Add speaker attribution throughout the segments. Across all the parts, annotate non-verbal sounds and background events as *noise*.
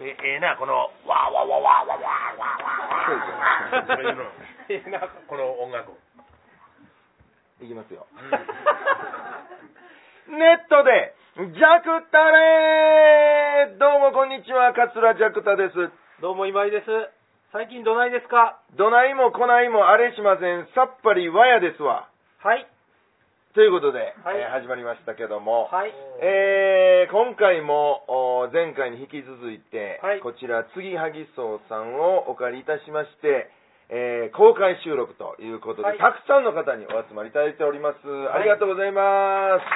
Speaker 1: でええなこのわーわーわーわーわーわーわーわーわーこういうのええなこの音楽
Speaker 2: いきますよ。
Speaker 3: ネットで、ジャクタレーどうもこんにちは、桂ジャクタです。
Speaker 4: どうも今井です。最近どないですか
Speaker 3: どないもこないもあれしません、さっぱりわやですわ。
Speaker 4: はい。
Speaker 3: ということで、
Speaker 4: はい
Speaker 3: えー始まりましたけども、
Speaker 4: はい。
Speaker 3: えー今回もおー前回に引き続いて、
Speaker 4: はい
Speaker 3: こちら、継ぎはぎ荘さんをお借りいたしまして、えー公開収録ということで、
Speaker 4: はい
Speaker 3: たくさんの方にお集まりいただいております。ありがとうございます。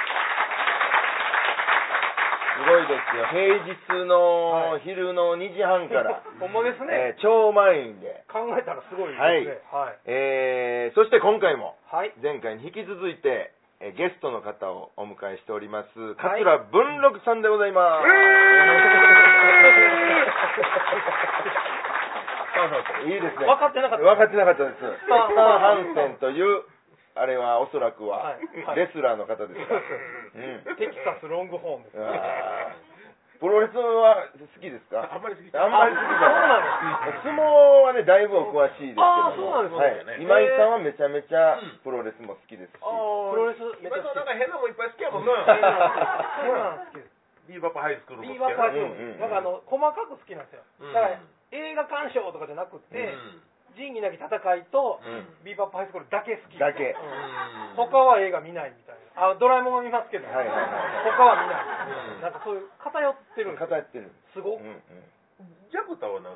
Speaker 3: すごいですよ。平日の
Speaker 4: はい
Speaker 3: 昼の2時半から、
Speaker 4: ほんまです *laughs* ね。
Speaker 3: えー超満員で、
Speaker 4: 考えたらすごいですね。はい。
Speaker 3: えーそして今回も、
Speaker 4: はい。
Speaker 3: 前回に引き続いて、えーゲストの方をお迎えしております
Speaker 4: はい
Speaker 3: 桂文禄さんでございます、いいです
Speaker 4: *laughs*
Speaker 3: ね
Speaker 4: 分かってなかった。
Speaker 3: 分かってなかったですス
Speaker 4: ター
Speaker 3: ターハンセンというあれはおそらくは
Speaker 4: はいはい
Speaker 3: レスラーの方ですから、うん
Speaker 4: テキサスロングホーンです。
Speaker 3: あープロレスは好きですか
Speaker 1: あんまり好きじゃ
Speaker 3: あんまり好きじゃない相撲はねだいぶお詳しいですけど
Speaker 4: あーそう
Speaker 3: も
Speaker 4: なんですね
Speaker 3: はい、今井さんはめちゃめちゃプロレスも好きですし、
Speaker 4: プロレスめ
Speaker 1: 今
Speaker 4: っちゃ
Speaker 1: の
Speaker 4: 好
Speaker 1: なん
Speaker 4: き。
Speaker 1: か変なもんいっぱい好きやもん
Speaker 4: そう
Speaker 1: な
Speaker 3: *laughs*
Speaker 4: なんですけど。
Speaker 1: ビーバップハイスクールも好き
Speaker 4: B
Speaker 1: や
Speaker 4: バ
Speaker 1: な
Speaker 4: ッパー
Speaker 3: うんうんうん
Speaker 4: なんかあの、細かく好きなんですよ。
Speaker 1: うん
Speaker 4: だから、映画鑑賞とかじゃなくて、仁義なき戦いと、ビーバップハイスクールだけ好き。
Speaker 3: だけ
Speaker 1: うん
Speaker 4: 他は映画見ないみたいな。あ、ドラえもんは見ますけど、
Speaker 3: はいはいはい
Speaker 4: 他は見な
Speaker 1: うん
Speaker 4: い。なんかそういう、偏ってるんですよ
Speaker 3: 偏ってる
Speaker 4: すご
Speaker 3: うん
Speaker 4: く。
Speaker 3: うん
Speaker 1: ジャクタはな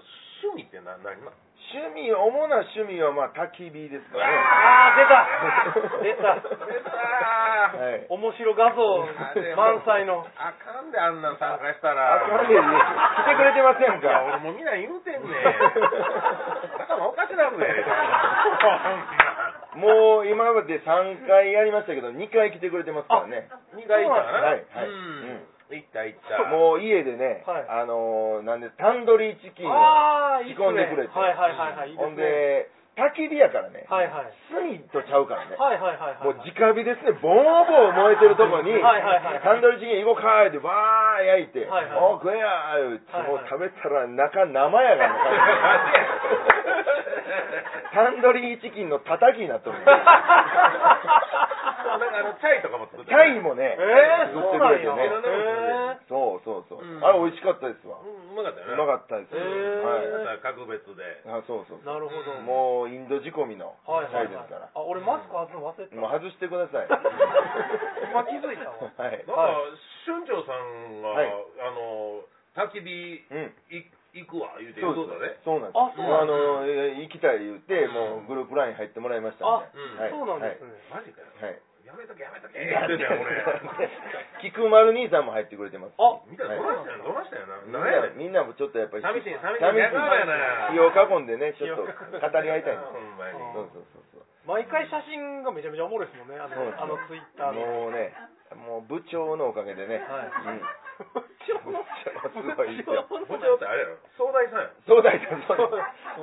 Speaker 1: 趣味ってな何な
Speaker 3: 趣味主な趣味はまあ焚き火ですかね
Speaker 4: ああ、出た出た
Speaker 1: あ
Speaker 3: *laughs* はい
Speaker 4: 面白画像
Speaker 1: れ
Speaker 4: 満載の。
Speaker 1: あかんであんなん参加したら
Speaker 3: あかんでね来てくれてません
Speaker 1: いや
Speaker 3: か
Speaker 1: 俺もうみんな言うてんねん頭おかしなるぜ
Speaker 3: もう今まで3回やりましたけど2回来てくれてますからね
Speaker 1: 2回行ったかな
Speaker 3: はいはい
Speaker 1: うん行った行った
Speaker 3: もう家でね、
Speaker 4: はい
Speaker 3: あのーなんでタンドリーチキンを
Speaker 4: ああ、いい
Speaker 3: 仕
Speaker 4: っすね。
Speaker 3: 込んでくれて
Speaker 4: はいはいはいはい。いいです
Speaker 3: ほん
Speaker 4: ね。
Speaker 3: で焚き火やからね、
Speaker 4: はいはい。
Speaker 3: 炭とちゃうからね、
Speaker 4: はいはいはいはい。
Speaker 3: もう直火ですね、ボーボー燃えてるとこに、
Speaker 4: はいはいはい
Speaker 3: タンドリーチキン行こうかーって、ばー焼いて、
Speaker 4: はいはい
Speaker 3: おー食えやーって、
Speaker 4: はいはい
Speaker 3: もう食べたら中生やが
Speaker 4: *laughs*
Speaker 3: な、タンドリーチキンのたたきになっとるんです
Speaker 1: そうなんかあのチャイとかも作って
Speaker 3: チャイもね、
Speaker 4: えー
Speaker 3: 作ってくれて
Speaker 4: そうなん
Speaker 3: ね
Speaker 4: や。え
Speaker 3: そうそうそう、
Speaker 1: うん
Speaker 3: あれ美味しかったですわ、う
Speaker 1: うんうまかったよね
Speaker 3: ま
Speaker 1: かっ
Speaker 3: かったです、
Speaker 4: えー
Speaker 1: た格別で
Speaker 3: はいあそうそう
Speaker 4: ーなるほど。
Speaker 3: もうインド仕込みの
Speaker 4: はいは
Speaker 3: 回
Speaker 4: い
Speaker 3: で
Speaker 4: はい
Speaker 3: すから、。
Speaker 4: あ、俺マスク外すの忘れてた。
Speaker 3: もう外してください
Speaker 4: 今気づいたわ。
Speaker 3: はい
Speaker 1: なんか春長さんが
Speaker 3: はい
Speaker 1: あの焚き火
Speaker 3: うん
Speaker 1: い行くわ言うて
Speaker 3: そう
Speaker 1: そうだね
Speaker 3: ですそうなんです
Speaker 4: あそうなん
Speaker 3: あのえー行きたい言ってもうグループライン入ってもらいましたんで
Speaker 1: あ
Speaker 3: はい、
Speaker 4: そうなんですね。
Speaker 1: マジかよ
Speaker 3: はい、はい
Speaker 1: やめとけやめとけ言ってたよ
Speaker 3: *laughs*
Speaker 1: 俺
Speaker 3: 菊丸兄さんも入ってくれてます
Speaker 4: あ、
Speaker 1: *laughs* 見たらどなしたよどなしたよ
Speaker 3: みん
Speaker 1: なな
Speaker 3: な
Speaker 1: んやねん
Speaker 3: みんなもちょっとやっぱり
Speaker 1: 寂しい寂しい
Speaker 3: 寂しい
Speaker 1: 仲間やな
Speaker 3: 気を囲んでねちょっと語り合いたいん
Speaker 1: ほ
Speaker 3: です
Speaker 1: んまに
Speaker 3: そうそうそうそう
Speaker 4: 毎回写真がめちゃめちゃおもろいですもんね。あの
Speaker 3: そうですね
Speaker 4: あのツイッターの。
Speaker 3: もうね、もう部長のおかげでね、
Speaker 4: はい
Speaker 3: うん
Speaker 4: 部長の
Speaker 3: すごいですよ
Speaker 1: 部長ってあれやろ総大さんやろ
Speaker 3: 総大さん、そう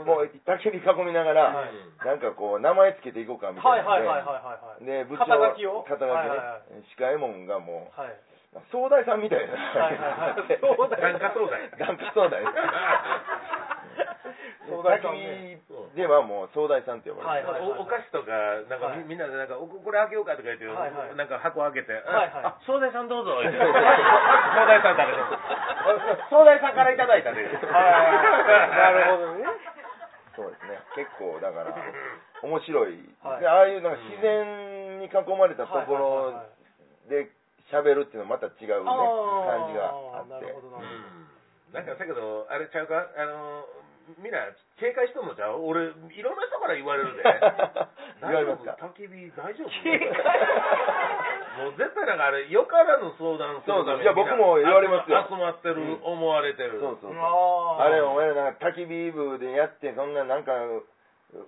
Speaker 3: もう焚き火囲みながら、
Speaker 4: はい
Speaker 3: なんかこう、名前つけていこうかみた
Speaker 4: はいい
Speaker 3: な
Speaker 4: はいはい
Speaker 3: の
Speaker 4: はいはい。
Speaker 3: で、で部長、
Speaker 4: 肩書きを
Speaker 3: 肩書きね、
Speaker 4: はいはい
Speaker 3: 司会門がも
Speaker 4: はい。はい。
Speaker 3: う、総大さんみたいな、
Speaker 4: はいはいはい
Speaker 3: 総
Speaker 4: 総
Speaker 3: 大
Speaker 4: 大
Speaker 1: 眼科総大
Speaker 3: 眼科総大
Speaker 4: 壮大さん
Speaker 3: 焚
Speaker 4: ね
Speaker 3: き火ではもう総大さんって呼ばれてる、
Speaker 4: はいはいはい
Speaker 1: おお菓子とか、なんかみ,、
Speaker 4: は
Speaker 1: んな
Speaker 4: い
Speaker 1: でなんか、おこれ開けようかとか言って、
Speaker 4: はいはい
Speaker 1: なんか箱開けて、
Speaker 4: はいは
Speaker 1: あ、
Speaker 4: い
Speaker 1: 総大さんどうぞ、言って総大さん食べて総大さんからいただいたね。 *laughs*
Speaker 4: なる
Speaker 1: ほど。
Speaker 4: ほどね。
Speaker 3: そうですね、結構だから、面白い、
Speaker 4: はい
Speaker 3: でああいうなんか自然に囲まれたところ
Speaker 4: はいはいはいはい
Speaker 3: で喋るっていうのはまた違うね、
Speaker 4: あー
Speaker 3: 感じがあって。
Speaker 4: なる
Speaker 3: *laughs*
Speaker 4: ほどなるほど。
Speaker 1: なんか、だけど、あれちゃうか、あのー、みんな、警戒しとんのちゃう俺、いろんな人から言われるで。
Speaker 3: 言われますか
Speaker 1: 大丈夫焚き火大丈夫
Speaker 4: 警戒
Speaker 1: もう絶対なんかあれ、よからぬ相談するために
Speaker 3: そうそういや僕も言われますよ
Speaker 1: 集まってる、思われてる。
Speaker 3: そうそうそう
Speaker 4: あー
Speaker 3: あれお前らなんか焚き火部でやってそんななんか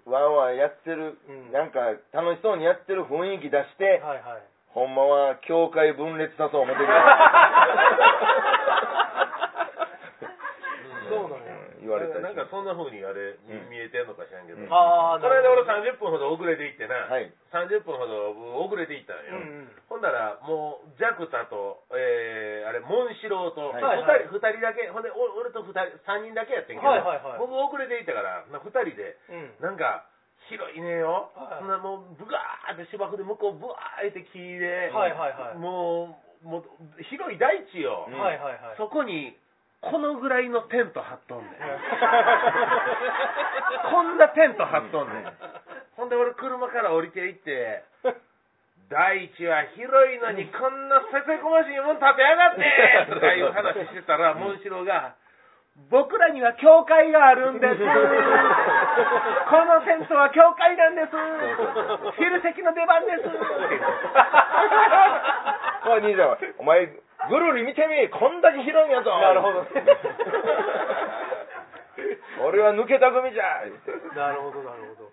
Speaker 3: わんわんやってる、
Speaker 4: うん
Speaker 3: なんか楽しそうにやってる雰囲気出して、
Speaker 4: はいはい。*laughs*
Speaker 3: ほんまは教会分裂だと思ってくれ言われたり
Speaker 1: なん
Speaker 3: しま
Speaker 1: か
Speaker 3: す。
Speaker 1: そんな風にあれ、見えてんのか知らんけど、
Speaker 3: うん
Speaker 1: こ
Speaker 4: ああ、
Speaker 1: の間俺30分ほど遅れて行ってな、
Speaker 3: はい。
Speaker 1: 30分ほど遅れて行ったん
Speaker 4: う
Speaker 1: よ、
Speaker 4: んうん。
Speaker 1: ほんだらもうジャクタと、えー、あれモンシロウと、
Speaker 3: はい
Speaker 1: まあ
Speaker 4: はい
Speaker 1: 二人二人だけほんでお俺と二人3人だけやってんけど、
Speaker 4: はいはいはい
Speaker 1: 僕遅れて行ったからな2人で
Speaker 4: うん。
Speaker 1: なんか広いねよ、
Speaker 4: はい
Speaker 1: そんなもうブガーって芝生で向こうブワーって木で、
Speaker 4: はいはいはい
Speaker 1: もうもう広い大地よ、
Speaker 3: うん
Speaker 4: はいはいはい。
Speaker 1: そこにこのぐらいのテント張っとんねんこんなテント張っとんねん、
Speaker 3: うん
Speaker 1: ほんで俺車から降りていって大地は広いのにこんなせせこましいもん建てやが *laughs* ってとかいう話してたら、モンシローが、僕らには教会があるんです *laughs* このテントは教会なんです昼席の出番です *laughs* って言う
Speaker 3: まあ、兄ちゃんは、お前、ぐるり見てみこんだけ広いんやぞ
Speaker 4: *laughs* なるほどね。
Speaker 3: *laughs* 俺は抜けた組じゃ言うて
Speaker 4: なるほどなるほど。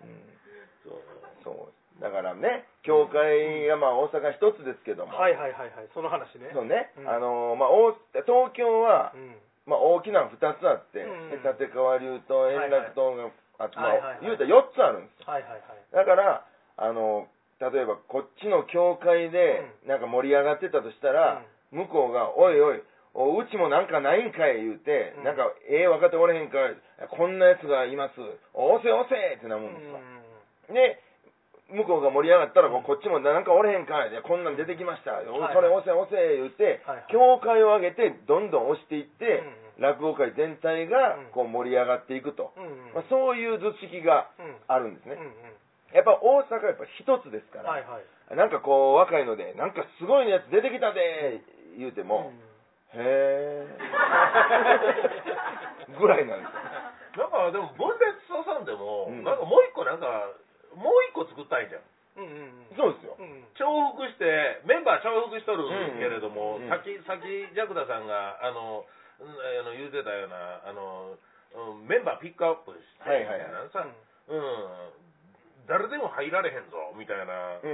Speaker 3: そう。だからね、教会がまあ大阪一つですけども、
Speaker 4: はいはいはいはい。その話ね。
Speaker 3: そうね、
Speaker 4: うん
Speaker 3: あのーまあ、大東京は
Speaker 4: う、ん。
Speaker 3: まあ、大きなの2つあっ
Speaker 4: う
Speaker 3: て、
Speaker 4: んうん
Speaker 3: 立川流と円楽島があって、
Speaker 4: はいはいは
Speaker 3: ま
Speaker 4: いはい
Speaker 3: あ、言うたら4つあるんですよ
Speaker 4: はいはいはい。
Speaker 3: だから、あのー例えばこっちの教会でなんか盛り上がってたとしたら、向こうが、おいおい、おうちもなんかないんかい言うて、
Speaker 4: うん
Speaker 3: なんか、ええ分かっておれへんから、こんなやつがいます、おせおせってな
Speaker 4: う
Speaker 3: も
Speaker 4: ん
Speaker 3: んですわ。で、向こうが盛り上がったら、こうこっちもなんかおれへんかい、でこんなん出てきました、お
Speaker 4: はい
Speaker 3: それ押せ押せ言うて、
Speaker 4: はいはい
Speaker 3: 教会を上げて、どんどん押していって、
Speaker 4: う
Speaker 3: 落語界全体
Speaker 4: う
Speaker 3: が
Speaker 4: ん
Speaker 3: こう盛り上がっていくと、
Speaker 4: うんうん。
Speaker 3: まあ、そういう図式が
Speaker 4: うん。
Speaker 3: あるんです
Speaker 4: うんう
Speaker 3: ね。
Speaker 4: ん。
Speaker 3: やっぱ大阪はやっぱ一つですから、
Speaker 4: はいはい。
Speaker 3: なんかこう若いので、なんかすごいやつ出てきたで言うて
Speaker 4: う
Speaker 3: も、
Speaker 4: ん
Speaker 3: へーぐらいなんですよ。
Speaker 1: なんかでもボンレッツさんでも、
Speaker 3: うん
Speaker 1: なんかもう一個なんかもう一個作ったんじゃん
Speaker 4: うんうんうん。
Speaker 3: そうですよ。
Speaker 4: うん
Speaker 1: 重複してメンバー重複しとるんですけれども、
Speaker 3: うんうんうん
Speaker 1: 先先ジャクダさんがあのうんあの言うてたようなあの、うん、メンバーピックアップして
Speaker 3: はいはいはい
Speaker 1: なんさ、うん、誰でも入られへんぞみたいな、
Speaker 3: うん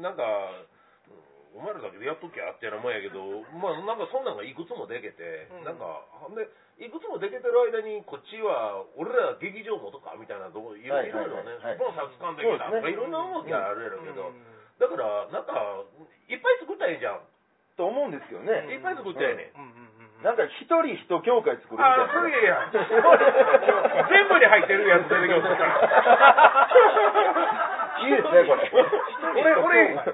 Speaker 3: うん
Speaker 1: なんかうんお前らだけでやっときゃってなもんやけど、まあ、なんかそんなんがいくつもでけて、
Speaker 4: うん
Speaker 1: なんかほんでいくつもでけてる間にこっちは俺ら劇場元かみたいなとこいろ
Speaker 3: はいい
Speaker 1: ろ
Speaker 3: はい
Speaker 1: いろ
Speaker 3: はい
Speaker 1: ね
Speaker 3: はい
Speaker 1: スポンサー掴んできたと
Speaker 3: そう
Speaker 1: か
Speaker 3: ですね
Speaker 1: いろんな思うがあるやろうけど。
Speaker 4: う
Speaker 1: だから、なんか、いっぱい作ったらいいじゃん。
Speaker 3: と思うんですけど
Speaker 4: う
Speaker 3: ね、
Speaker 1: いっぱい作ったらええねん。
Speaker 4: んうんうんうん。
Speaker 3: な
Speaker 4: *laughs*
Speaker 3: んか一人一教会作るみたい
Speaker 1: あ
Speaker 3: な
Speaker 1: あ、。すげえ *laughs* やん。全部に入ってるやつ出てきますから。
Speaker 3: いいですねこれ
Speaker 1: 俺、俺、150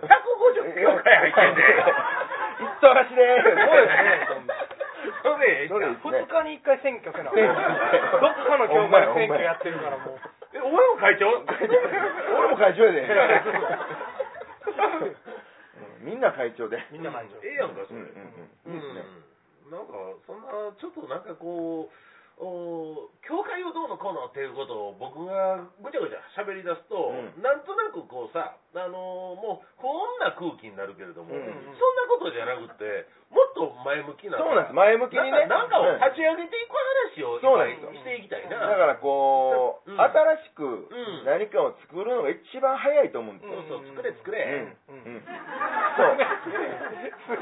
Speaker 1: 票ぐらい入ってんで。
Speaker 3: *laughs* 一等足でーす。
Speaker 1: そうですね。それええじゃん、
Speaker 3: それ
Speaker 4: 2日に1回選挙せな。どっ
Speaker 3: 選挙
Speaker 4: かの教会選挙やってるからもう。
Speaker 1: え、お前も会 *laughs* 長
Speaker 3: 俺も会長や
Speaker 1: *laughs*
Speaker 3: *laughs* で。うんみんな会長で。
Speaker 4: みんな会長。
Speaker 1: ええやんか、そ
Speaker 3: うん
Speaker 1: れ。
Speaker 3: うんうん。いいですね。
Speaker 1: うんなんかそんなちょっとなんかこうお教会をどうのこうのっていうことを僕がぐちゃぐちゃ喋り出すと、
Speaker 3: うん
Speaker 1: なんとなくこうさ、あのーもう不穏な空気になるけれども、
Speaker 3: うん
Speaker 1: そんなことじゃなくてもっと前向きな
Speaker 3: そうなんです。前向きにね。
Speaker 1: なんかなんかを
Speaker 3: うん
Speaker 1: 立ち上げていく話を
Speaker 3: そうなんですよ
Speaker 1: いっぱいしていきたい
Speaker 3: だ
Speaker 1: な、
Speaker 3: からこう、
Speaker 1: うん
Speaker 3: 新しく
Speaker 1: ん
Speaker 3: 何かを作るのが一番早いと思うんですよ。
Speaker 1: そうそう作れ作
Speaker 3: う
Speaker 1: れ、
Speaker 4: う
Speaker 3: ん
Speaker 4: ん
Speaker 3: うん
Speaker 4: 作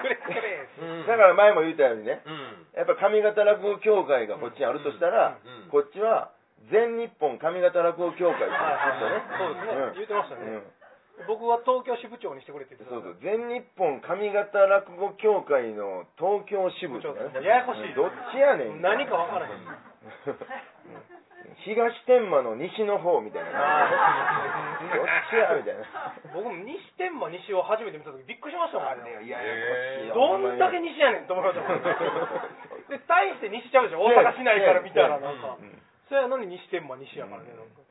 Speaker 4: れ作れ。
Speaker 1: うん
Speaker 3: だから前も言ったようにね、
Speaker 1: うん
Speaker 3: やっぱ上方落語協会がこっちにあるとしたら、
Speaker 1: うん
Speaker 3: こっちは全日本上方落語協会って言うんですよね。
Speaker 4: そうですね
Speaker 3: ん。
Speaker 4: 言ってましたね
Speaker 3: うん。
Speaker 4: 僕は東京支部長にしてくれって言ってた
Speaker 3: そうそう、全日本上方落語協会の東京支部
Speaker 4: 東京支部ややこしい
Speaker 3: どっちやねん。
Speaker 4: 何か分からへん。
Speaker 3: 東天満の西の方みたいな。
Speaker 4: あー
Speaker 3: どっちやみたいな。
Speaker 4: 僕も西天満西を初めて見た時びっくりしましたもんね。
Speaker 3: いや
Speaker 1: えー
Speaker 4: どんだけ西やねんと思いました
Speaker 3: *laughs*
Speaker 4: もんで、大して西ちゃうでしょ。大阪市内から見たらなん
Speaker 1: う。
Speaker 4: かそれやのに西天満西やからね。なんか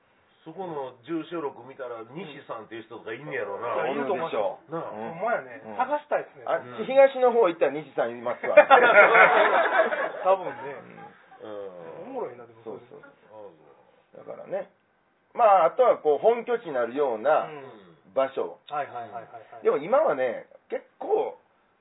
Speaker 1: そこの住所録見たら西さんっていう人がいんねやろうな、
Speaker 4: いると思いますよ
Speaker 1: なあ
Speaker 3: う
Speaker 4: ほ
Speaker 3: ん
Speaker 4: んまやね
Speaker 3: う。ん
Speaker 4: 探したいですね。 *laughs*
Speaker 3: あっ
Speaker 1: うん
Speaker 3: ち東の方行ったら西さんいますわ。
Speaker 4: 多分ね。お
Speaker 1: うん
Speaker 4: もろいな、でも
Speaker 3: そう
Speaker 4: れ
Speaker 3: そう。
Speaker 1: あそう
Speaker 3: だからね。まあ、あとはこう本拠地になるような
Speaker 4: うん
Speaker 3: 場所。
Speaker 4: はいはいはいはい。
Speaker 3: で
Speaker 4: も、
Speaker 3: も今はね、結構、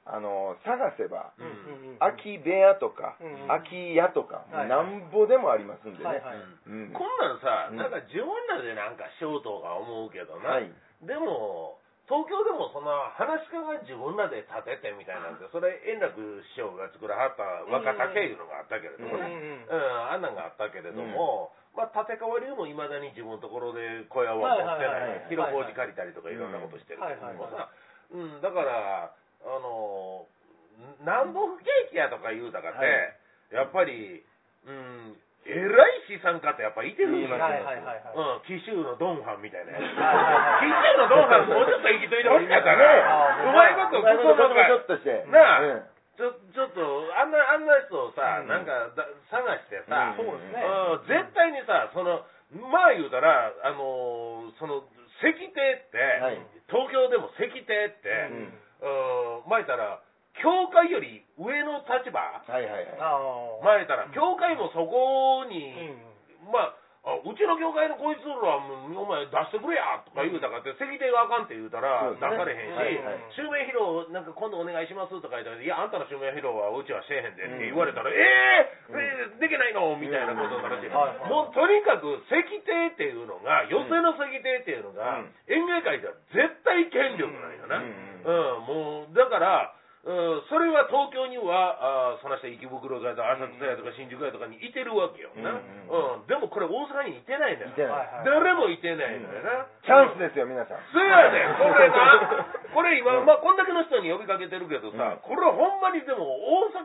Speaker 3: あの、探せば、
Speaker 4: うんうんうん、
Speaker 3: 空き部屋とか、
Speaker 4: うんうん
Speaker 3: 空き家とか、
Speaker 4: はい
Speaker 3: なんぼでもありますんでね。
Speaker 4: はいはい。
Speaker 3: うん
Speaker 1: こんなんさ、
Speaker 3: うん
Speaker 1: なんか自分らでなんかしようとか思うけど
Speaker 3: は
Speaker 1: な、
Speaker 3: い。
Speaker 1: でも、東京でもそんな話し家が自分らで建ててみたいなんで、それ円楽師匠が作らはった若竹いうのがあったけれどもね、うん、あんなんがあったけれども、まあ建て替わりでもいまだに自分のところで小屋は持って
Speaker 4: はいはいはい
Speaker 1: な
Speaker 4: はい
Speaker 1: い、広小路借りたりとかいろんなことしてるけれどもさ、うん、だから、あの、南北ケーキやとか言うたかって、やっぱり、うん、えらい資産家ってやっぱいてるんだ
Speaker 4: はいはいはい
Speaker 1: う
Speaker 4: はい
Speaker 1: ん、紀州のドンファンみたいなやつ。
Speaker 4: はいはいは
Speaker 1: 紀州
Speaker 4: い
Speaker 1: のドンファンもうちょっと生きといてほしかった
Speaker 3: ね
Speaker 1: な。うまいこと、
Speaker 3: うまいこと
Speaker 1: ここなんか
Speaker 3: ちょっとして。
Speaker 1: なあ
Speaker 3: うん
Speaker 1: ちょ、ちょっと、あんな、あんな人をさ、なんかだ、探してさ、
Speaker 4: そうですね
Speaker 1: うん絶対にさ、その、まあ言うたら、あのーその、石庭って、
Speaker 3: はい
Speaker 1: 東京でも石庭って、
Speaker 3: うん
Speaker 1: うん、まあ言ったら、教会より上の立場、
Speaker 3: はいはいはい。
Speaker 4: あ
Speaker 1: まあ言ったら、教会もそこに、まあ、あうちの業界のこいつらはもうお前出してくれやとか言うたかって、席定があかんって言うたら
Speaker 3: そう
Speaker 1: 出
Speaker 3: ですね
Speaker 1: されへんし、
Speaker 3: はいはい
Speaker 1: 襲名披露なんか今度お願いしますとか言ったら、いや、あんたの襲名披露はうちはしてへんでって言われたら、えー、えーできないのみたいなことになるし、
Speaker 4: うんはいはい
Speaker 1: もうとにかく席定っていうのが、寄席の席定っていうのが、
Speaker 3: うん
Speaker 1: 演芸界では絶対権力なんよな。
Speaker 3: うん
Speaker 1: うん、もう、だから、うん、それは東京には、あーそらして池袋やとか浅草やとか新宿やとかにいてるわけよな、うんでもこれ大阪にいてないんだよ。
Speaker 3: いてない
Speaker 1: 誰もいてないのよな。
Speaker 3: チャンスですよ、皆さん。
Speaker 1: そやねん、これ
Speaker 3: *laughs*
Speaker 1: な。これ今、まあ、こんだけの人に呼びかけてるけど
Speaker 3: う
Speaker 1: さ
Speaker 3: ん、
Speaker 1: これほんまにでも大阪、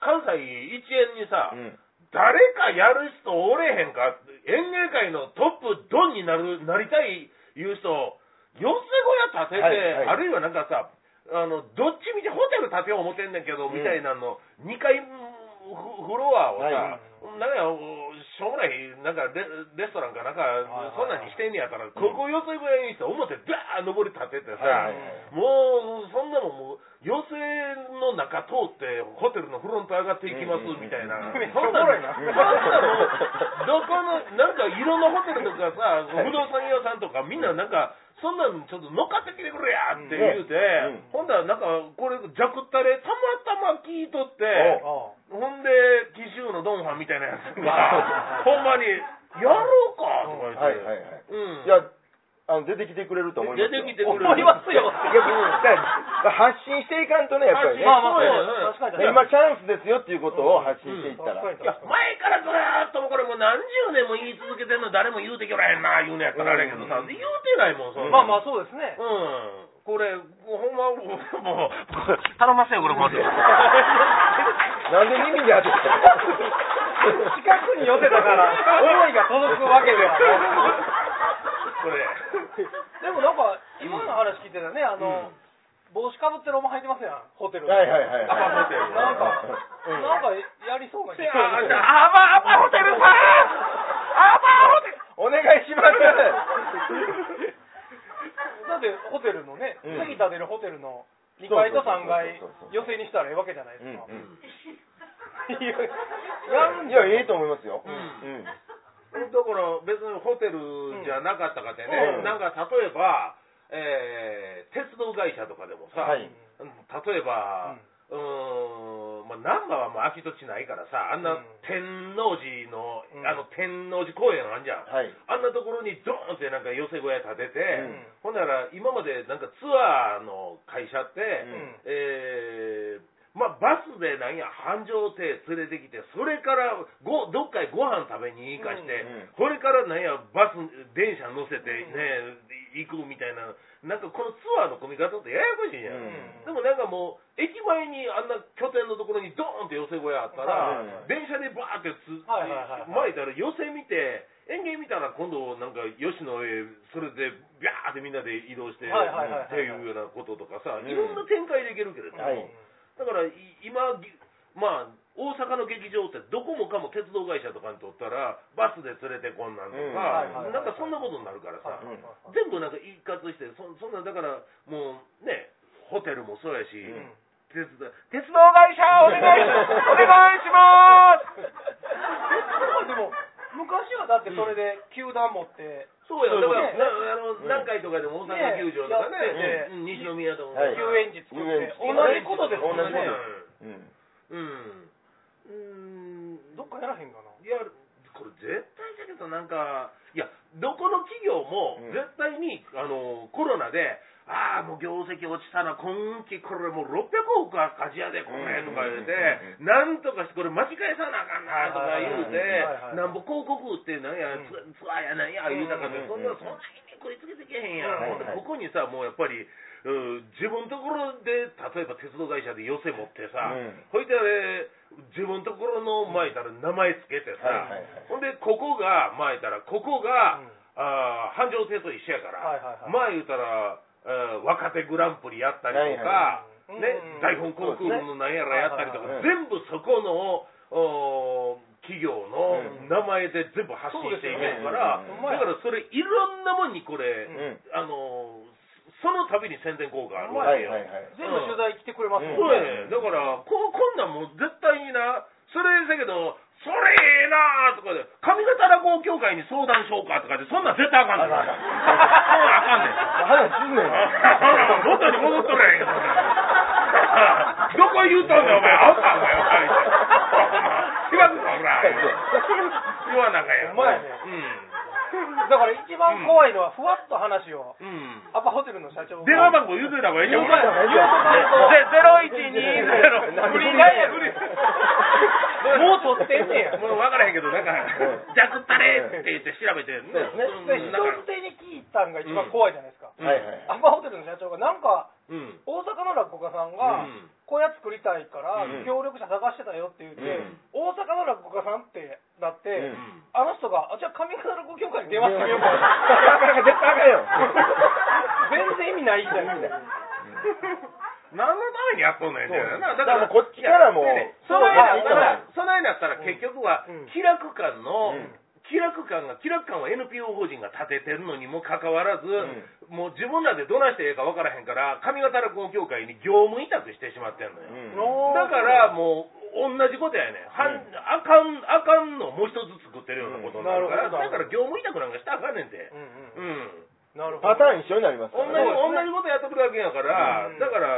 Speaker 1: 関西一円にさ、
Speaker 3: うん
Speaker 1: 誰かやる人おれへんか、演芸界のトップドンになる、なりたいいう人、寄せ小屋建てて、
Speaker 3: はいはい
Speaker 1: あるいはなんかさ、あの、どっちみちホテル建てよう思てんねんけど、みたいなの、2階フフロアを
Speaker 3: は
Speaker 1: さ、なんか、しょうもない、なんかレ、レストランかなんか、そんなんにしてんねやから、ここ寄せ小屋にして、表ダーン登り立ててさ、
Speaker 3: はいはい
Speaker 1: もう、そんなのもう、寄せの中通って、ホテルのフロント上がっていきます、みたいな。
Speaker 4: うん
Speaker 1: そんなの、
Speaker 4: めっちゃおもろいな
Speaker 1: そんなの、どこの、なんか色のホテルとかさ、不動産屋さんとか、みんななんか、そんなんちょっと乗っかってきてくれやって言うて、ほんだらなんか、これ、ジャクタレたまたま聞いとって、ほんで、紀州のドンファンみたいなやつが、ほんまに、やろうかとか言って。
Speaker 3: はいはいはい。
Speaker 1: うん。
Speaker 3: いや、あの、出てきてくれると思います
Speaker 1: 出
Speaker 3: よ。
Speaker 1: てきてくれる。
Speaker 4: 思いますよ
Speaker 3: いやだから発信していかんとね、やっぱりね。
Speaker 1: まあまあ
Speaker 4: そう
Speaker 1: そう
Speaker 4: 確か
Speaker 1: や
Speaker 4: に
Speaker 3: 今、チャンスですよっていうことを発信していったら。
Speaker 4: 確かに
Speaker 1: いや、前からずーっともうこれもう何十年も言い続けてんの誰も言うてきょらへんな、言うのやったらあれやけどさ、言うてないもん、そんな
Speaker 4: まあまあそうですね
Speaker 1: うん。これ、ほんま、もう、もう頼ませよ、これ、もう。
Speaker 4: *laughs*
Speaker 3: なんで耳に当て
Speaker 1: *laughs*
Speaker 3: た
Speaker 4: 近くに寄せたから思いが届くわけでは
Speaker 1: これ。
Speaker 4: でもなんか今の話聞いてたらねあの、帽子かぶってるお前入ってますやんホテルに
Speaker 3: はいはいはいはい。
Speaker 1: アパホテル
Speaker 4: なんか、
Speaker 3: *laughs* うん
Speaker 4: なんかやりそうな気が
Speaker 1: あ、
Speaker 4: する
Speaker 1: アバ、アバホテルさんアバホテル
Speaker 3: お願いします。
Speaker 4: だってホテルのね、
Speaker 3: うん
Speaker 4: 次建てるホテルの2階と3階
Speaker 3: そうそうそうそ
Speaker 4: 寄
Speaker 3: う
Speaker 4: せにしたらええわけじゃないで
Speaker 3: うん
Speaker 4: す
Speaker 3: う
Speaker 4: か、
Speaker 3: ん
Speaker 4: いややるんじゃ
Speaker 3: いや、いいと思いますよ。
Speaker 1: うん
Speaker 3: うん
Speaker 1: だから別にホテルじゃなかったかってね、
Speaker 3: うん
Speaker 1: なんか例えば、えー鉄道会社とかでもさ、
Speaker 3: は
Speaker 1: う
Speaker 3: い
Speaker 1: ん例えば、うーん、まあ、難波はもう空き土地ないからさ、あんな
Speaker 4: うん
Speaker 1: 天王寺の、
Speaker 4: うん
Speaker 1: あの天王寺公園あんじゃん。
Speaker 3: はい。
Speaker 1: あんなところにドーンってなんか寄せ小屋建てて、ほん
Speaker 3: うん
Speaker 1: なら今までなんかツアーの会社って、え
Speaker 3: うん
Speaker 1: ーまあ、バスでなんや繁盛亭連れてきてそれからごどっかへご飯食べに行かして、
Speaker 3: うん
Speaker 1: これからなんやバス電車乗せてね、行くみたいななんかこのツアーの組み方ってややこしいやん、でもなんかもう駅前にあんな拠点のところにドーンって寄せ小屋あったら、
Speaker 3: うん
Speaker 1: 電車でバーってつ、
Speaker 4: はいはいはい
Speaker 1: 前いたら寄せ見て園芸見たら今度なんか吉野へそれでビャーってみんなで移動して、
Speaker 4: はいはいは
Speaker 1: っ
Speaker 4: いはい
Speaker 1: ていうようなこととかさ、
Speaker 3: ん
Speaker 1: いろんな展開でいけるけれども、
Speaker 3: はい
Speaker 1: だからい今、ぎまあ、大阪の劇場ってどこもかも鉄道会社とかにとったらバスで連れてこんなんと
Speaker 3: うん
Speaker 4: はい
Speaker 1: か、
Speaker 4: はいはい
Speaker 1: なんかそんなことになるからさ、
Speaker 4: ん
Speaker 3: うん
Speaker 1: 全部なんか一括してそそんなだからもうねホテルもそうやし、鉄道鉄道会社お願い
Speaker 4: *laughs*
Speaker 1: しお願いします
Speaker 4: でも昔はだってそれで球団持って、
Speaker 1: そうやだから、
Speaker 4: ね
Speaker 1: なあの南海とかでも大阪球場とかね
Speaker 4: ね
Speaker 1: うん西宮とかも、
Speaker 3: はい
Speaker 4: 遊園地作っ
Speaker 3: 遊園
Speaker 4: て、
Speaker 3: 地
Speaker 4: 同じことです
Speaker 3: 同
Speaker 4: もん
Speaker 3: じ
Speaker 4: ね
Speaker 3: ことう
Speaker 1: うん
Speaker 3: ん
Speaker 1: うん
Speaker 4: どっかやらへんかない
Speaker 1: や、これ絶対だけど、なんか、いや、どこの企業も
Speaker 3: うん
Speaker 1: 絶対に、あのコロナで、ああ、もう業績落ちたな、今期これもう600億は勝ちやで、これ、とか言うて、なんとかしてこれ巻き返さなあかんな、とか言うて
Speaker 4: はいは
Speaker 1: なん
Speaker 4: いはいはい、
Speaker 1: ぼ広告売ってなんや、ツツアーやなんや、言うたか
Speaker 3: う
Speaker 1: ら、
Speaker 3: ん
Speaker 1: そんな、そんな意味食いつけてけへんや
Speaker 3: う
Speaker 1: ん。ほんで
Speaker 3: ん
Speaker 1: ここにさ、もうやっぱり、うん自分のところで、例えば鉄道会社で寄せ持ってさ、
Speaker 3: うん
Speaker 1: ほいであれ、自分のところの前たら名前つけてさ、
Speaker 3: はいはい
Speaker 1: ほ
Speaker 3: はい
Speaker 1: んで、ここが前たら、ここが、あー繁盛亭と一緒やから、
Speaker 4: はいはい
Speaker 1: ま
Speaker 4: はい
Speaker 1: あ言うたら、えー若手グランプリやったりと
Speaker 3: は
Speaker 1: か、
Speaker 4: いはい
Speaker 1: ね
Speaker 4: うんうんう
Speaker 1: 台本コ
Speaker 4: ん
Speaker 1: ンクールのなんやらやったりとか、
Speaker 3: そうですね
Speaker 1: 全部そこのおー企業の
Speaker 3: うん
Speaker 1: 名前で全部発信していけるから、
Speaker 3: そうですよね
Speaker 1: だ
Speaker 3: うん
Speaker 1: からそれいろんなもんにこれ、
Speaker 3: ん
Speaker 1: あのーその度に宣伝効果あるわ
Speaker 3: は
Speaker 1: け
Speaker 3: い
Speaker 1: よ。
Speaker 3: はいはい。
Speaker 4: 全部取材来てくれます
Speaker 1: そ
Speaker 4: も
Speaker 1: うん
Speaker 4: ね。
Speaker 1: やねだからここんなんもう絶対になそれだけどそれええなとかで上方落語協会に相談しようかとかでそんなん絶対あかんねん
Speaker 3: あ
Speaker 1: そ
Speaker 3: かん
Speaker 1: ん
Speaker 3: あ
Speaker 1: なんあかんねん
Speaker 3: かん話
Speaker 1: ほ
Speaker 3: すんねん
Speaker 1: ら元に戻っとるやんけそんなんどこ言うとんねんお前あったお前お前開くぞほら言わなあかんやん
Speaker 4: ほんまやね *laughs* だから一番怖いのは、ふわっと話を、
Speaker 1: うんうん
Speaker 4: アパホテルの社長が
Speaker 1: 電話番号言うといた方がいいよ、これ。
Speaker 4: 言うとかないと
Speaker 1: 0120。
Speaker 4: 振り
Speaker 1: 返
Speaker 4: 返や振りもう取ってんねや。
Speaker 1: もう分からへんけど、なんか、ジャクったれって言って調べて、ね、
Speaker 3: そうです
Speaker 1: うん
Speaker 4: で一
Speaker 3: ね
Speaker 1: なんか
Speaker 4: 人手に聞いたんが一番怖いじゃないですか。
Speaker 1: うん
Speaker 3: はいはい。
Speaker 4: アパホテルの社長が、なんか、
Speaker 1: うん。
Speaker 4: 大阪の落語家さんが、
Speaker 1: うん
Speaker 4: こうやって作りたいから
Speaker 3: うん、
Speaker 4: 協力者探してたよって言って、
Speaker 3: うん
Speaker 4: 大阪の落語家さんってなって、
Speaker 3: うん
Speaker 4: あの人が、あじゃあ上方落語協会に電話してみようか。
Speaker 3: なかなか絶対あかんよ
Speaker 4: *laughs* 全然意味ないじゃん。
Speaker 1: 何のためにやっとんねんってな。
Speaker 3: だからもうこっちからもう
Speaker 1: ねその
Speaker 3: や
Speaker 1: 間だから、その間だったら結局は
Speaker 4: うん、
Speaker 1: 気楽館の
Speaker 3: うん、
Speaker 1: 気楽館が、気楽館は NPO 法人が建ててるのにもかかわらず、
Speaker 3: う
Speaker 1: もう自分らでどないしてええかわからへんから、上方落語協会に業務委託してしまってんのよ。だからもう同じことやねん、はん
Speaker 3: う
Speaker 1: あかんあかんのもう一つ作ってるようなことになるから、
Speaker 4: うんなる
Speaker 1: だ
Speaker 4: ほど
Speaker 1: から業務委託なんかしたらあかんねんて
Speaker 4: うん
Speaker 1: う
Speaker 4: うん
Speaker 1: ん
Speaker 4: なるほど。
Speaker 3: パターン一緒になりますか
Speaker 1: 同じ
Speaker 3: らね。
Speaker 1: 同じことやってるわけやから、
Speaker 4: うん
Speaker 1: だから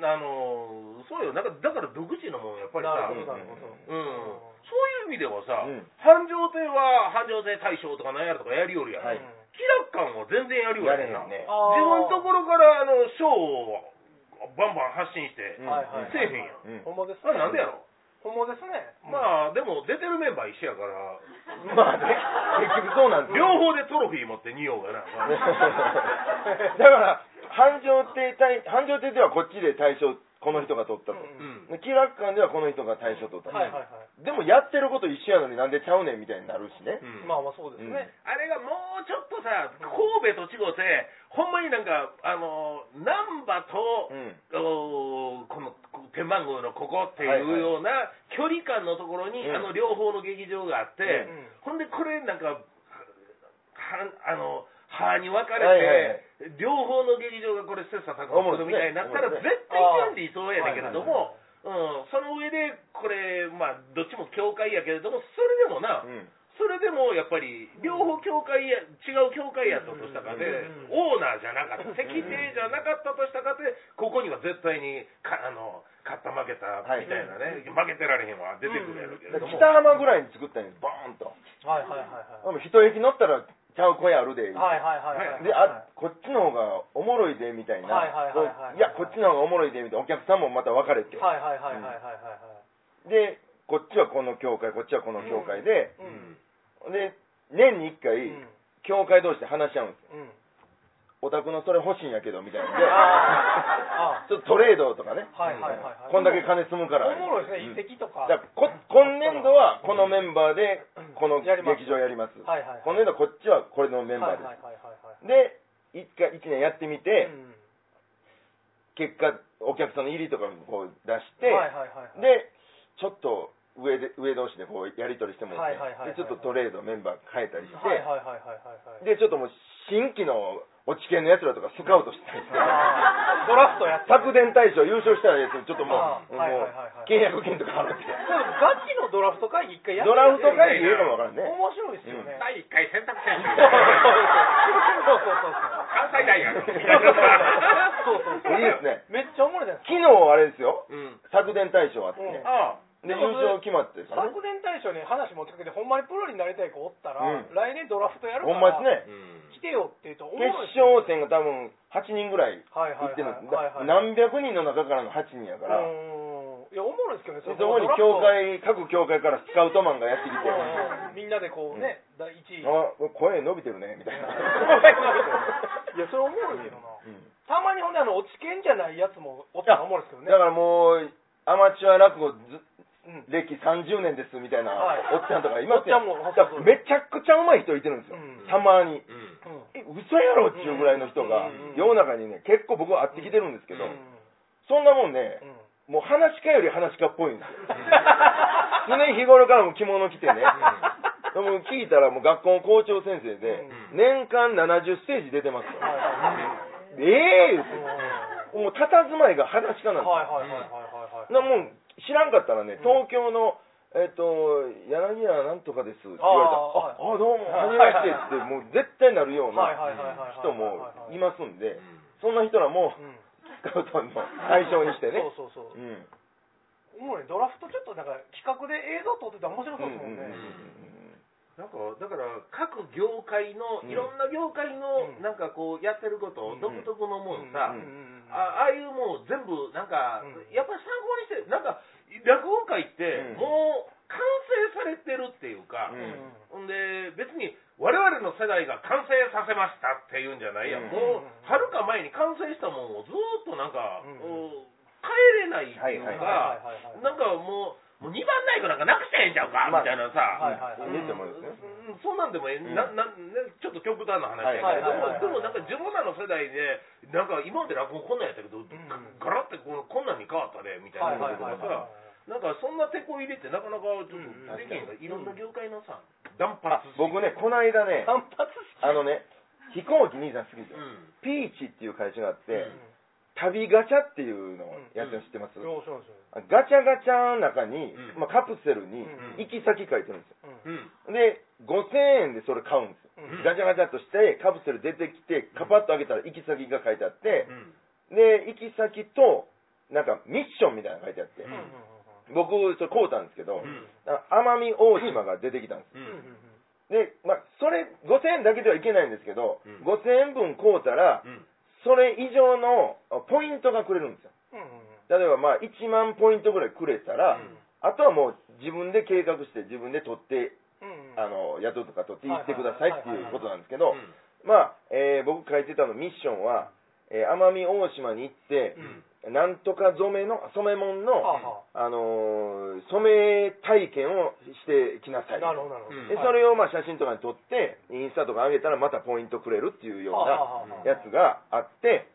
Speaker 1: なあのそうよなんかだから独自のもんやっぱり
Speaker 4: な
Speaker 1: さ、
Speaker 4: る
Speaker 1: うん、
Speaker 4: ほど、なるほど。
Speaker 1: そういう意味ではさ、
Speaker 3: うん
Speaker 1: 繁盛亭は繁盛亭大賞とかなんやらとかやりよるやん、
Speaker 3: はい
Speaker 4: うん
Speaker 1: 気楽感は全然やりよ
Speaker 3: や
Speaker 1: る
Speaker 3: れへん
Speaker 1: やんな、
Speaker 3: ね。
Speaker 4: あー
Speaker 1: 自分のところからあの賞をバンバン発信して、
Speaker 3: うん
Speaker 4: はいはい。
Speaker 1: せえへんやん
Speaker 3: うん
Speaker 4: ほんまです
Speaker 1: あれなんでやろ
Speaker 4: ほんまですね。
Speaker 1: まあでも出てるメンバー一緒やから
Speaker 3: *laughs* まあ、で結局そうなんですよ
Speaker 1: 両方でトロフィー持って匂うがな
Speaker 3: *laughs* だから、繁盛亭対、繁盛亭ではこっちで大賞、この人が取ったと。
Speaker 1: うん
Speaker 3: 気楽館ではこの人が大賞取ったと。
Speaker 4: はいはいは
Speaker 3: でもやってること一緒やのになんでちゃうねんみたいになるしね。
Speaker 1: う
Speaker 4: い。
Speaker 1: ん
Speaker 4: まあまあそうですね。
Speaker 1: あれがもうちょっとさ神戸と違うてほんまになんかあの難波と、お
Speaker 3: うん。
Speaker 1: ーこの天満宮のここっていうような距離感のところに、
Speaker 3: うん
Speaker 1: あの両方の劇場があって、
Speaker 3: う
Speaker 1: ほん
Speaker 3: ん
Speaker 1: でこれなんかはあの歯に分かれて、
Speaker 3: はいはいはい
Speaker 1: 両方の劇場がこれ切磋琢磨するみたいになったら絶
Speaker 3: 思うんで
Speaker 1: 対一番理想やねんけれども、うん、その上でこれまあどっちも教会やけれどもそれでもな、
Speaker 3: うん。
Speaker 1: それでもやっぱり両方教会や違う教会やったとしたかで、
Speaker 4: う
Speaker 1: オー
Speaker 4: ん
Speaker 1: ナーじゃなかった席定じゃなかったとしたかでここには絶対にかあの勝った負けたみたいなね、負けてられへんわ出てくるやろうけれど
Speaker 3: だから
Speaker 1: も、
Speaker 3: 北浜ぐらいに作ったんやボーンと。
Speaker 4: はいはいはい
Speaker 3: でも一駅乗ったら、ちゃう声あるで。
Speaker 4: はい。はいはいはいはい。
Speaker 3: で、あ、こっちの方がおもろいで、みたいな。
Speaker 4: はいはいはいはい
Speaker 3: や、こっちの方がおもろいで、みたいな。お客さんもまた分かれて。
Speaker 4: はいはいはいはいはいはいはい。
Speaker 3: で、こっちはこの教会、こっちはこの教会で、
Speaker 1: うん
Speaker 4: うん。
Speaker 3: で、年に一回、
Speaker 4: うん。
Speaker 3: 教会同士で話し合うんですよ。
Speaker 4: うん。
Speaker 3: お宅のそれ欲しいんやけど、みたいなんで。
Speaker 4: あ
Speaker 3: *laughs*
Speaker 4: ーあー
Speaker 3: ちょっとトレードとかね。
Speaker 4: はいはいはいはい
Speaker 3: こんだけ金積むから。
Speaker 4: おもろいですね、
Speaker 3: うん
Speaker 4: 遺跡とか。
Speaker 3: だからこ今年度はこのメンバーで、この
Speaker 4: やります
Speaker 3: 劇場やります。
Speaker 4: はいはいはい。
Speaker 3: 今年度はこっちはこれのメンバー
Speaker 4: はいはい
Speaker 3: で
Speaker 4: はいはい
Speaker 3: す。で、一回、一年やってみ
Speaker 4: はい。
Speaker 3: て
Speaker 4: う、ん
Speaker 3: 結果、お客さんの入りとかもこう出して、
Speaker 4: はいはいはいはい。
Speaker 3: で、ちょっと上で、上同士でこうやり取りしてもらって
Speaker 4: はいはいはいはい
Speaker 3: で、ちょっとトレードメンバー変えたりして、
Speaker 4: はいはいはいはいはいはい。
Speaker 3: で、ちょっともう新規の落ち系のやつらとかスカウトしたりし
Speaker 4: *laughs*
Speaker 3: て、
Speaker 4: あードラフトやった。
Speaker 3: 昨年大賞優勝したやつ、ちょっとも
Speaker 4: あ
Speaker 3: う、
Speaker 4: ーはいはい
Speaker 3: も
Speaker 4: は
Speaker 3: う
Speaker 4: いはい
Speaker 3: 契約金とか払って、
Speaker 4: でもガチのドラフト会議一回やって
Speaker 3: ドラフト会議言うかもわからんね。
Speaker 4: 面白いですよね。 *laughs*
Speaker 1: 第1回選択肢やん
Speaker 4: そうそうそうそうそうそう。
Speaker 1: 関西大学みたい
Speaker 4: そうそうそう。
Speaker 3: いいですね
Speaker 4: めっちゃおもろいじゃないです
Speaker 3: 昨日あれですよ、
Speaker 1: な、うん、
Speaker 3: 昨年大賞あってね、
Speaker 1: ああ
Speaker 3: で、優勝決まってからね
Speaker 4: 昨。年大賞に話持ってかけて、ほんまにプロになりたい子おったら、
Speaker 3: うん
Speaker 4: 来年ドラフトやるか
Speaker 3: ほ
Speaker 4: ら、
Speaker 3: んまですね。
Speaker 4: 来てよって言うと、おも
Speaker 3: 決
Speaker 4: ろいですよ
Speaker 3: 勝戦が多分8人ぐらい
Speaker 4: はい
Speaker 3: 行
Speaker 4: はい
Speaker 3: ってる
Speaker 4: はい
Speaker 3: んです
Speaker 4: はいはい。
Speaker 3: 何百人の中からの8人やから、
Speaker 4: うーんいや、おもろいですけどね、
Speaker 3: そこに教会、各教会からスカウトマンがやってきて、
Speaker 4: うんみんなでこうね、第1位。
Speaker 3: あ、声伸びてるね、みたいな。
Speaker 4: *laughs* いや、それおもろいけどな。たまにほんで、あの、落ち券じゃないやつもおったらおもろいですけどね
Speaker 3: だ。からもう、アマチュア落語ず
Speaker 4: うん
Speaker 3: 歴30年ですみたいな
Speaker 4: はい
Speaker 3: おっちゃんとかいますよ
Speaker 4: おっちゃんも
Speaker 3: だからめちゃくちゃうまい人いてるんですよ、
Speaker 4: うん
Speaker 3: たま
Speaker 1: う
Speaker 4: う
Speaker 3: に。
Speaker 4: ん
Speaker 3: え、嘘やろっていうぐらいの人が
Speaker 4: うん、
Speaker 3: 世の中にね、結構僕は会ってきてるんですけど、そんなもんね
Speaker 4: う、ん
Speaker 3: もう話し家より話し家っぽ
Speaker 4: *laughs*
Speaker 3: いんですよ。常日頃からも着物着てね。でも聞いたらもう学校の校長先生で、
Speaker 1: うん
Speaker 3: 年間70ステージ出てますよ。
Speaker 4: はいはい
Speaker 3: ええ言
Speaker 4: う
Speaker 3: う
Speaker 4: ん
Speaker 3: て。もう佇まいが話し家なんですよ。
Speaker 4: はいはいはいはいはいはい。
Speaker 3: なもう知らんかったらね、東京の、えっ、と、柳家なんとかですって言われたら、
Speaker 4: あ
Speaker 3: あ、あどうも、はじめましてって、もう絶対なるよう
Speaker 4: はいはい
Speaker 3: な
Speaker 4: はいはいはい。
Speaker 3: 人もい
Speaker 4: 今、
Speaker 3: ますんで、そんな人ら
Speaker 4: う
Speaker 3: も
Speaker 4: ん
Speaker 3: スカウトの対象にしてね。
Speaker 4: そうそうそう
Speaker 3: う。ん
Speaker 4: もうね、ドラフトちょっとなんか企画で映像撮ってたら面白そうですもんね。
Speaker 1: なんかだから各業界のいろんな業界の
Speaker 4: うん
Speaker 1: なんかこうやってること
Speaker 3: ん
Speaker 1: 独特のもんさ、
Speaker 4: うんう
Speaker 3: うん
Speaker 4: ん
Speaker 1: あああいうもう全部なんか、
Speaker 4: うん
Speaker 1: やっぱり参考にしてなんか落語界って
Speaker 3: うん
Speaker 1: もう完成されてるっていうか、
Speaker 3: う
Speaker 1: ほ
Speaker 3: ん
Speaker 1: んで別に我々の世代が完成させましたっていうんじゃないや、
Speaker 3: うん
Speaker 1: もうはるか前に完成したもんをずーっとなんか、
Speaker 4: う
Speaker 1: お
Speaker 4: ん
Speaker 1: 帰れないっていう
Speaker 3: はい
Speaker 1: か
Speaker 4: はいはいはいはい
Speaker 1: なんかもうもう2番ナイフなんかなくしてええんちゃうか、
Speaker 3: まあ
Speaker 1: みたいなさ、
Speaker 4: はいはいはい
Speaker 3: いいと思いますね
Speaker 1: うんうんそうなんでもええ、
Speaker 3: うん
Speaker 1: ななねちょっと極端な話やけど、
Speaker 4: はいはい
Speaker 3: はいはい
Speaker 1: でもでもなんか自分らの世代でなんか今まで落語こんなんやったけど、ガラッてこのこんなんに変わったでみたい
Speaker 4: はい
Speaker 1: な
Speaker 4: はい
Speaker 1: こと
Speaker 4: は
Speaker 1: と
Speaker 4: い
Speaker 1: か
Speaker 4: は
Speaker 1: さなんかそんな手こ入れってなかなかちょっ
Speaker 4: うん
Speaker 1: とできへんからいろんな業界のさ断髪式
Speaker 3: 僕ね、この間ね
Speaker 4: い。、単発
Speaker 3: あのね、飛行機兄さん好きで
Speaker 1: う
Speaker 3: すよ。
Speaker 1: ん
Speaker 3: ピーチっていう会社があって、
Speaker 1: うん
Speaker 3: 旅ガチャっていうのをやってるの知ってます、
Speaker 4: 面白いですよ
Speaker 3: あガチャガチャの中に、
Speaker 1: うん
Speaker 3: まあ、カプセル
Speaker 4: う
Speaker 3: に
Speaker 4: ん
Speaker 3: 行き先書いてるんですよ。
Speaker 1: うん
Speaker 4: うん
Speaker 3: で、5000円でそれ買うんですよ。
Speaker 4: うん
Speaker 3: ガチャガチャっとして、カプセル出てきて、カパッと開けたら行き先が書いてあって
Speaker 1: う、ん
Speaker 3: で、行き先と、なんかミッションみたいなの書いてあって、
Speaker 1: うん
Speaker 3: 僕、それ買うたんですけ
Speaker 1: う
Speaker 3: ど、
Speaker 1: ん
Speaker 3: あ奄美大島が出てきたんです。
Speaker 1: う
Speaker 4: うんうんう
Speaker 1: ん
Speaker 4: ん
Speaker 3: で、まあ、それ、5000円だけではいけないんですけど、
Speaker 1: うん
Speaker 3: 5000円分買うたら、
Speaker 1: うん
Speaker 3: それ以上のあポイントがくれるんですよ。
Speaker 4: うんうんうん
Speaker 3: 例えば、まあ、1万ポイントぐらいくれたら、
Speaker 1: うん
Speaker 3: あとはもう自分で計画して、自分で取って、
Speaker 4: うんうん
Speaker 3: あの、雇うとか取って行ってくださいっていうことなんですけど
Speaker 1: うん、
Speaker 3: まあ、えー僕書いてたのミッションは、えー奄美大島に行って、なんとか染めの、染め物の、
Speaker 4: はあは
Speaker 3: あのー染め体験をしてきなさ
Speaker 4: あ
Speaker 3: い。
Speaker 4: なるほどなるほど
Speaker 1: うん
Speaker 3: で、それをまあ写真とかに撮って、インスタとか上げたらまたポイントくれるっていうよ
Speaker 4: はあはあ
Speaker 3: う
Speaker 4: は
Speaker 3: な
Speaker 4: あ
Speaker 3: やつがあって、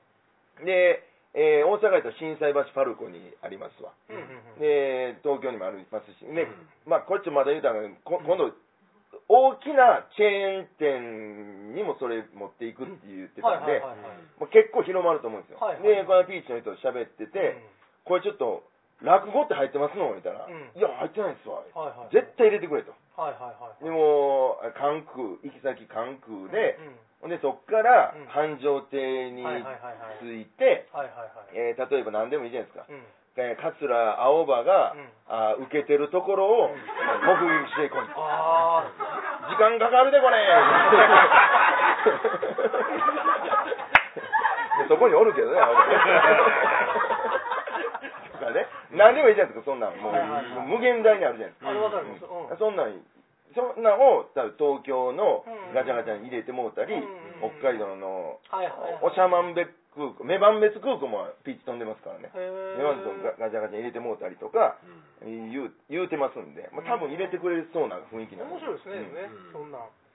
Speaker 3: で、えー大阪やったら心斎橋パルコにありますわ。
Speaker 4: うんうんうん
Speaker 3: で、東京にもありますし、ね
Speaker 1: うん
Speaker 3: まあこっちまだ言うたら、こ今度、大きなチェーン店にもそれ持っていくって言って
Speaker 4: はいは
Speaker 3: たん
Speaker 4: い
Speaker 3: で、
Speaker 4: はいはい
Speaker 3: もう結構広まると思うんですよ。
Speaker 4: はいはい
Speaker 3: で、このピーチの人と喋ってて、これちょっと、落語って入ってますのみたいな、
Speaker 4: うん
Speaker 3: いや、入ってないですわ。
Speaker 4: はいはい
Speaker 3: 絶対入れてくれと。
Speaker 4: はいはいはい
Speaker 3: でも、関空、行き先関空で
Speaker 4: うん、
Speaker 3: ほんで、そっから
Speaker 4: うん
Speaker 3: 繁盛亭に
Speaker 4: はいはいはいはい
Speaker 3: 着いて、
Speaker 4: はいはいはい
Speaker 3: えー例えば何でもいいじゃないですか。
Speaker 4: うん
Speaker 3: えー桂青葉が、
Speaker 4: うん
Speaker 3: あー受けてるところを目撃していこうと。
Speaker 4: あ
Speaker 3: 時間かかるで、これで *laughs* そこにおるけどね、
Speaker 4: *laughs*
Speaker 3: 青葉とかね。何でもいいじゃないですか、そんなん。もう、
Speaker 4: はいはいはい
Speaker 3: もう無限大にあるじゃないですか
Speaker 4: ーあれわかりますうん
Speaker 3: そんなん、そんなんを多分東京の
Speaker 4: うん
Speaker 3: ガチャガチャに入れてもうたり、
Speaker 4: うん
Speaker 3: 北海道の
Speaker 4: はいはい
Speaker 3: おしゃまんべ空港、目番別空港もピッチ飛んでますからね。
Speaker 4: へー
Speaker 3: メバンベガチャガチャに入れてもうたりとか、言う言うてますんで、まあ、多分入れてくれそうな雰囲気なん
Speaker 4: 面白いですね
Speaker 3: うん
Speaker 4: でもねそんなん